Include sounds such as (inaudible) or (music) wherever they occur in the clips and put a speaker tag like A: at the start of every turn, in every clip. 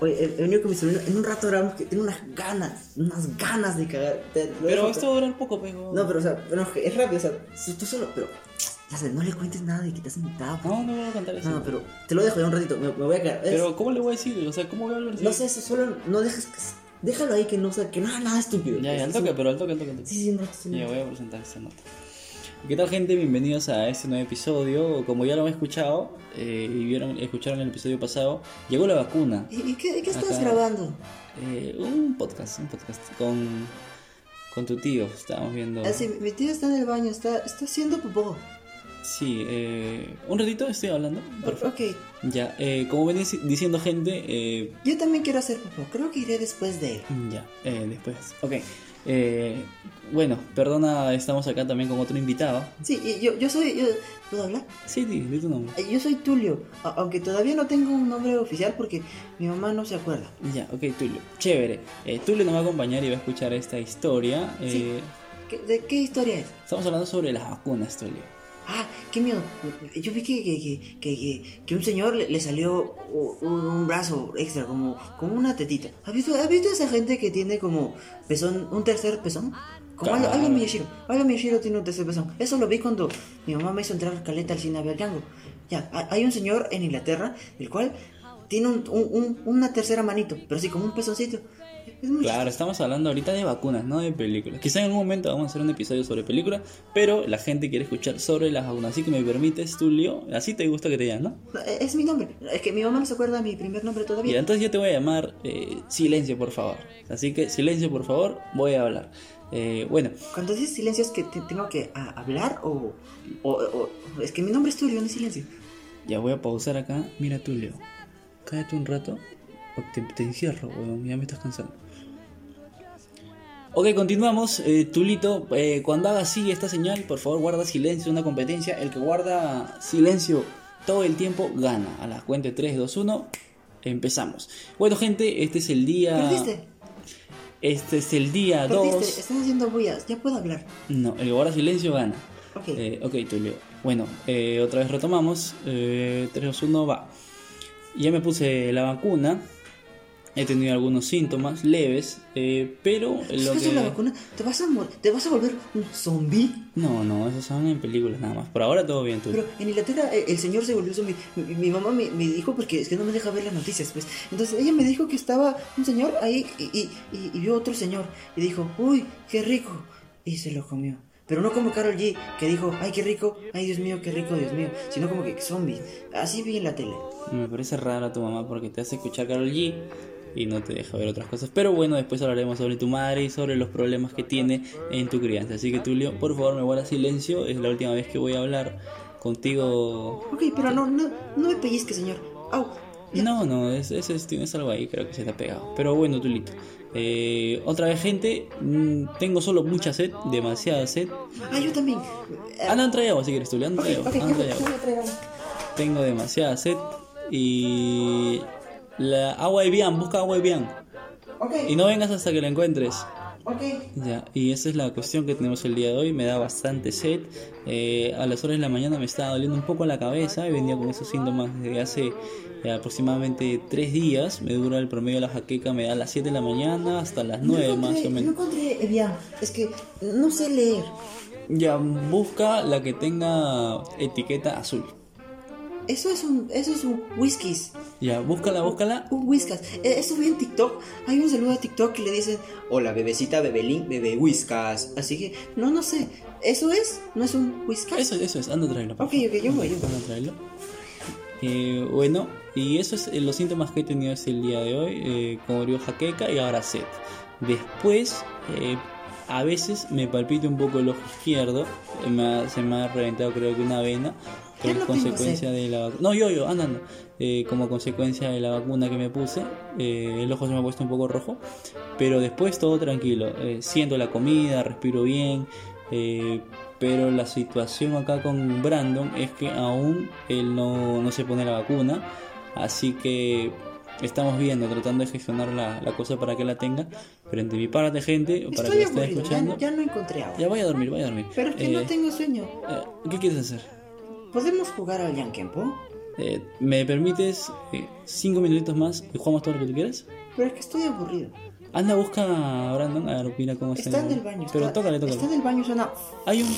A: Oye, he, he venido con mi sobrino, en un rato grabamos que tiene unas ganas, unas ganas de cagar. Te- te lo
B: Pero
A: dejo,
B: esto va a durar poco, pues, pego.
A: No, pero o sea, bueno, es rápido, o sea, si tú solo, pero, ya sabes, no le cuentes nada de que te has invitado.
B: No, no voy a contar eso.
A: No, pero te lo dejo ya un ratito, me, me voy a quedar. Es-
B: Pero, ¿cómo le voy a decir? O sea, ¿cómo voy a hablar?
A: no sé, eso solo no dejes que- déjalo ahí que no, o sea, que no haga nada estúpido.
B: Ya, ya, al
A: Es un-
B: toque, pero al toque, al toque. al toque.
A: Sí, sí, un rato, sí, un
B: Ya
A: rato.
B: voy a presentar esta nota. ¿Qué tal gente? Bienvenidos a este nuevo episodio. Como ya lo han escuchado eh, y vieron, escucharon el episodio pasado, llegó la vacuna.
A: ¿Y, y qué, qué estabas
B: Acá.
A: grabando?
B: Eh, un podcast, un podcast con, con tu tío. Estábamos viendo.
A: Ah, sí, mi tío está en el baño, está, está haciendo popó.
B: Sí, eh, un ratito estoy hablando. Por favor.
A: Ok,
B: Ya, eh, como venís diciendo gente, eh,
A: yo también quiero hacer popó, creo que iré después de él.
B: Ya, eh, después. Ok. eh, bueno, perdona, estamos acá también con otro invitado.
A: Sí, y yo, yo soy, yo, ¿puedo hablar?
B: Sí, di, di tu nombre.
A: Eh, Yo soy Tulio, a- aunque todavía no tengo un nombre oficial porque mi mamá no se acuerda.
B: Ya, ok, Tulio. Chévere. Eh, Tulio nos va a acompañar y va a escuchar esta historia.
A: Sí.
B: Eh,
A: ¿Qué- ¿De qué historia es?
B: Estamos hablando sobre las vacunas, Tulio.
A: Ah, qué miedo. Eh, Yo vi que, que, que, que, que- que un señor le, le salió u- u- un, brazo extra, como, como una tetita. ¿Has visto, has visto esa gente que tiene como pezón, un tercer pezón? Como habla,
B: Claro.
A: Miyashiro. Habla Miyashiro tiene un tercer pezón. Eso lo vi cuando mi mamá me hizo entrar caleta al cine a ver Django. Ya, ha- hay un señor en Inglaterra, el cual tiene un, un- un- una tercera manito, pero sí, como un pezoncito. Es muy
B: Claro, estamos hablando ahorita de vacunas, no de películas. Quizá en algún momento vamos a hacer un episodio sobre películas, pero la gente quiere escuchar sobre las vacunas. Así que me permites, Tulio. Así te gusta que te digan, ¿no?
A: e, Es mi nombre. Es que mi mamá no se acuerda de mi primer nombre todavía.
B: Mira, entonces yo te voy a llamar eh, silencio, por favor. Así que silencio, por favor, voy a hablar. Eh, bueno,
A: Cuando dices silencio es que te- tengo que a, hablar o, o, o- Es que mi nombre es Tulio, no es silencio.
B: ya voy a pausar acá. Mira tú, Leo. Cállate un rato o te, te encierro, weón. Ya me estás cansando. Ok, continuamos. Eh, Tulito, eh, cuando haga así esta señal, por favor guarda silencio. Una competencia. El que guarda silencio todo el tiempo gana. A la cuenta de 3, 2, 1. Empezamos. Bueno, gente, este es el día.
A: Perdiste,
B: Este es el día
A: perdiste,
B: 2.
A: estás haciendo bullas, ya puedo hablar.
B: No, el guarda silencio gana.
A: Ok.
B: Eh, ok, Tulio. Bueno, eh, otra vez retomamos. Eh, 3, 2, 1, va. Ya me puse la vacuna. He tenido algunos síntomas leves, eh, pero
A: Si
B: lo
A: pasas la
B: que...
A: vacuna, te vas a mor- te vas a volver un zombie.
B: No, no, esos son en películas nada más. Por ahora todo bien,
A: Pero
B: Tulio.
A: en Inglaterra eh, el señor se volvió zombie. Mi, mi mamá me, me dijo porque es que no me deja ver las noticias, pues. Entonces ella me dijo que estaba un señor ahí y, y, y- y vio otro señor y dijo, uy, qué rico. Y se lo comió. Pero no como Carol G, que dijo, ay, qué rico, ay, Dios mío, qué rico, Dios mío. Sino como que zombies. Así vi en la tele.
B: Me parece raro a tu mamá porque te hace escuchar Carol G y no te deja ver otras cosas. Pero bueno, después hablaremos sobre tu madre y sobre los problemas que tiene en tu crianza. Así que, Tulio, por favor, me guarda silencio. Es la última vez que voy a hablar contigo
A: Ok, pero no, no, no me pellizque, señor. Au. Ya.
B: No, no, es, es- es- tienes algo ahí, creo que se te ha pegado. Pero bueno, Tulito. Eh, otra vez, gente, mm, tengo solo mucha sed, demasiada sed.
A: Ah, yo también.
B: Ah, no, Ah, trae agua si quieres, Tulio, anda,
A: Ok,
B: trae agua,
A: ok,
B: anda, trae
A: ya,
B: agua.
A: ya traigo.
B: Tengo demasiada sed y... La agua de Bian, busca agua de Bian.
A: Ok,
B: Y no vengas hasta que la encuentres.
A: ok.
B: Ya, y esa es la cuestión que tenemos el día de hoy. Me da bastante sed. Eh, a las horas de la mañana me estaba doliendo un poco la cabeza y venía con esos síntomas desde hace eh, aproximadamente tres días. Me dura el promedio de la jaqueca, me da a las 7 de la mañana hasta las 9
A: encontré-
B: más o menos.
A: No encontré Evian. Es que no sé leer.
B: Ya, busca la que tenga etiqueta azul.
A: Eso es un, eso es un whiskies.
B: Ya, búscala, búscala.
A: Un whiskas. Eh, Eso vi en TikTok. Hay un saludo a TikTok que le dicen: Hola, bebecita, bebelín, bebé whiskas. Así que, no, no sé. ¿Eso es? ¿No es un whiskas?
B: Eso, eso es, anda a traerlo. por
A: Ok,
B: favor.
A: ok, yo voy, yo voy.
B: Anda a traerlo. Eh, bueno, y eso es eh, los síntomas que he tenido hasta el día de hoy. Eh, como digo, jaqueca y ahora sed. Después, eh, a veces me palpita un poco el ojo izquierdo. Eh, me ha- se me ha reventado creo que una vena.
A: Ya
B: Como
A: no tengo
B: consecuencia de la vacu- No, yo, yo, anda, anda. Eh, como consecuencia de la vacuna que me puse, eh, el ojo se me ha puesto un poco rojo. Pero después todo tranquilo. eh, siento la comida, respiro bien. eh, pero la situación acá con Brandon es que aún él no, no se pone la vacuna. Así que estamos viendo, tratando de gestionar la, la cosa para que la tenga. Pero entre mi parte, gente, para que
A: Estoy
B: la estén
A: aburrido. Ya,
B: escuchando.
A: ya no encontré agua.
B: Ya voy a dormir, voy a dormir.
A: Pero es que
B: Eh,
A: no tengo sueño.
B: eh, ¿Qué quieres hacer?
A: ¿Podemos jugar al Yankenpo?
B: eh, ¿me permites eh, cinco minutitos más y jugamos todo lo que tú quieras?
A: Pero es que estoy aburrido.
B: Anda, busca a Brandon, a ver, mira cómo está.
A: Está en el baño.
B: Pero
A: está,
B: tócale, tócale.
A: Está en el baño, suena.
B: Hay, un,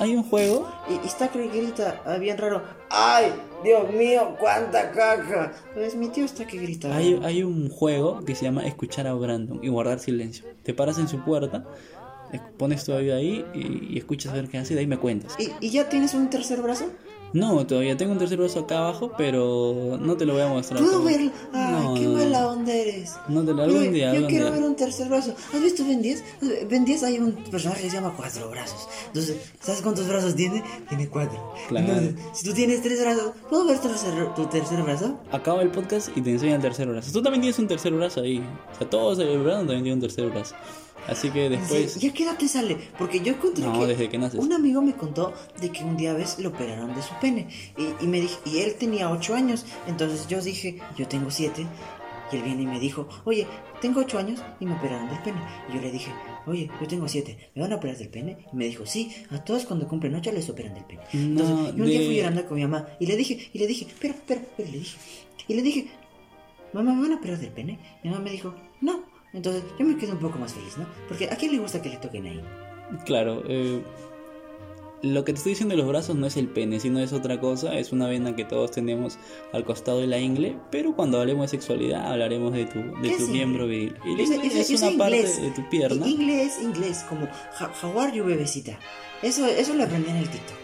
B: hay un juego
A: Y, y está que grita ah, bien raro. ¡Ay! Dios mío, cuánta caja. Pues mi tío está que grita.
B: Hay, hay un juego que se llama Escuchar a Brandon y guardar silencio. Te paras en su puerta, eh, pones tu oído ahí y, y escuchas a ver qué hace, de ahí me cuentas.
A: ¿Y, y ya tienes un tercer brazo?
B: No, todavía tengo un tercer brazo acá abajo, pero no te lo voy a mostrar.
A: ¿Puedo
B: todavía.
A: verlo? ¡Ay,
B: No,
A: qué
B: no, no.
A: mala onda eres!
B: No te lo algún
A: Yo-
B: día.
A: Yo
B: algún
A: quiero
B: día.
A: ver un tercer brazo. ¿Has visto Ben 10? Ben 10 hay un personaje que se llama Cuatro Brazos. Entonces, ¿sabes cuántos brazos tiene? Tiene cuatro.
B: Claro.
A: Entonces, si tú tienes tres brazos, ¿puedo ver tu tercer, tu tercer brazo?
B: Acaba el podcast y te enseñan el tercer brazo. Tú también tienes un tercer brazo ahí. O sea, todos el Brandon también tiene un tercer brazo. Así que después.
A: Sí, ¿Ya qué edad te sale? Porque yo encontré
B: No,
A: que
B: desde que naces.
A: un amigo me contó de que un día ves lo operaron de su pene y, y me dij- y él tenía 8 años, entonces yo dije, yo tengo 7 y él viene y me dijo, oye, tengo 8 años y me operaron del pene. Y yo le dije, oye, yo tengo 7, ¿me van a operar del pene? Y me dijo, sí, a todos cuando cumplen 8 les operan del pene. Entonces
B: No,
A: yo un día
B: de-
A: fui llorando con mi mamá y le dije, y le dije, espera, espera, espera, le dije, y le dije, Mamá, ¿me van a operar del pene? Mi mamá me dijo, no. Entonces yo me quedé un poco más feliz, ¿no? Porque ¿a quién le gusta que le toquen ahí?
B: Claro, eh, lo que te estoy diciendo de los brazos no es el pene, sino es otra cosa, es una vena que todos tenemos al costado de la ingle, pero cuando hablemos de sexualidad hablaremos de tu, de
A: ¿Qué
B: tu
A: es
B: miembro viril. Y la
A: Yo sé-
B: ingle
A: yo sé-
B: es
A: yo sé
B: una parte
A: inglés.
B: de tu pierna.
A: I- Inglés, inglés, como ja- how are you, bebecita. Eso, eso lo aprendí en el TikTok.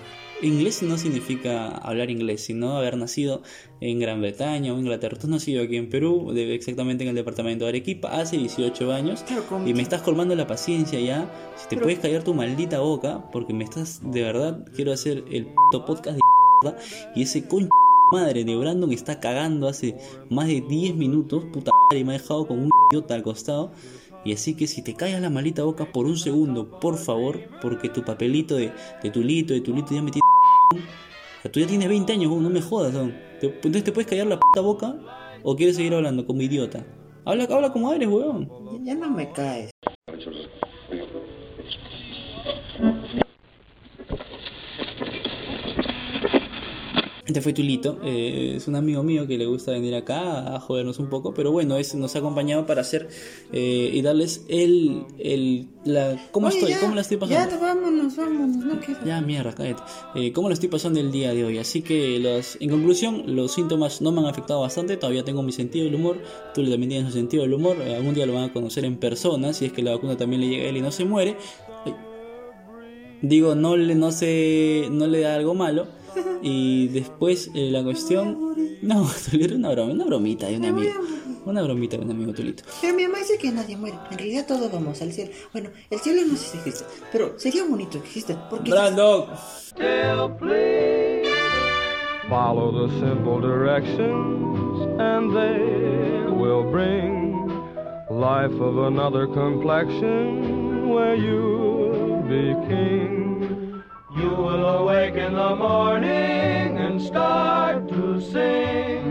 B: Inglés no significa hablar inglés, sino haber nacido en Gran Bretaña o Inglaterra. Tú has nacido aquí en Perú, de- exactamente en el departamento de Arequipa, hace 18 años.
A: Claro, con-
B: Y me estás colmando la paciencia ya. Si te
A: Pero-
B: puedes callar tu maldita boca, porque me estás, de verdad, quiero hacer el puto podcast de mierda. Y ese concha madre de Brandon está cagando hace más de 10 minutos, puta madre, y me ha dejado con un idiota al costado. Y así que si te callas la maldita boca por un segundo, por favor, porque tu papelito de, de tulito, de tulito ya me tiene. O sea, tú ya tienes 20 años, weón, no me jodas, weón. Te- Entonces te puedes callar la puta boca o quieres seguir hablando como idiota. Habla, habla como eres, weón.
A: Ya no me caes.
B: Este fue Tulito, eh, es un amigo mío que le gusta venir acá a jodernos un poco, pero bueno, es, nos ha acompañado para hacer eh, y darles el, el la, cómo
A: Oye,
B: estoy,
A: ya,
B: cómo la estoy
A: Ya,
B: pasando.
A: vámonos, vámonos, no quiero.
B: Ya, mierda, cállate. Eh, ¿Cómo lo estoy pasando el día de hoy? Así que, los, en conclusión, los síntomas no me han afectado bastante. Todavía tengo mi sentido del humor. Tú también tienes su sentido del humor. eh, Algún día lo van a conocer en persona. Si es que la vacuna también le llega a él y no se muere. Ay. Digo, no le, no se, no le da algo malo. Y después eh, la cuestión. No, (laughs) Tulio, era una broma, una bromita de un amigo. Una bromita de un amigo Tulito.
A: Pero mi mamá dice que nadie muere. En realidad todos vamos al cielo. Bueno, el cielo no sé si existe, pero sería bonito que exista. Porque
B: Brandon.
C: Follow the simple directions, and they will bring life of another complexion where you'll be king. You will awake in the morning and start to sing.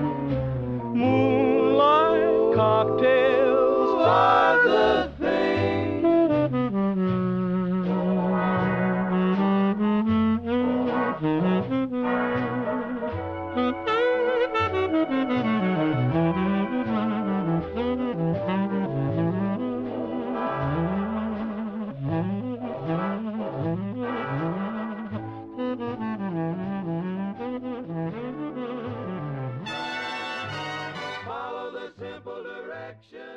C: Moonlight cocktails are the thing. Follow the simple direction.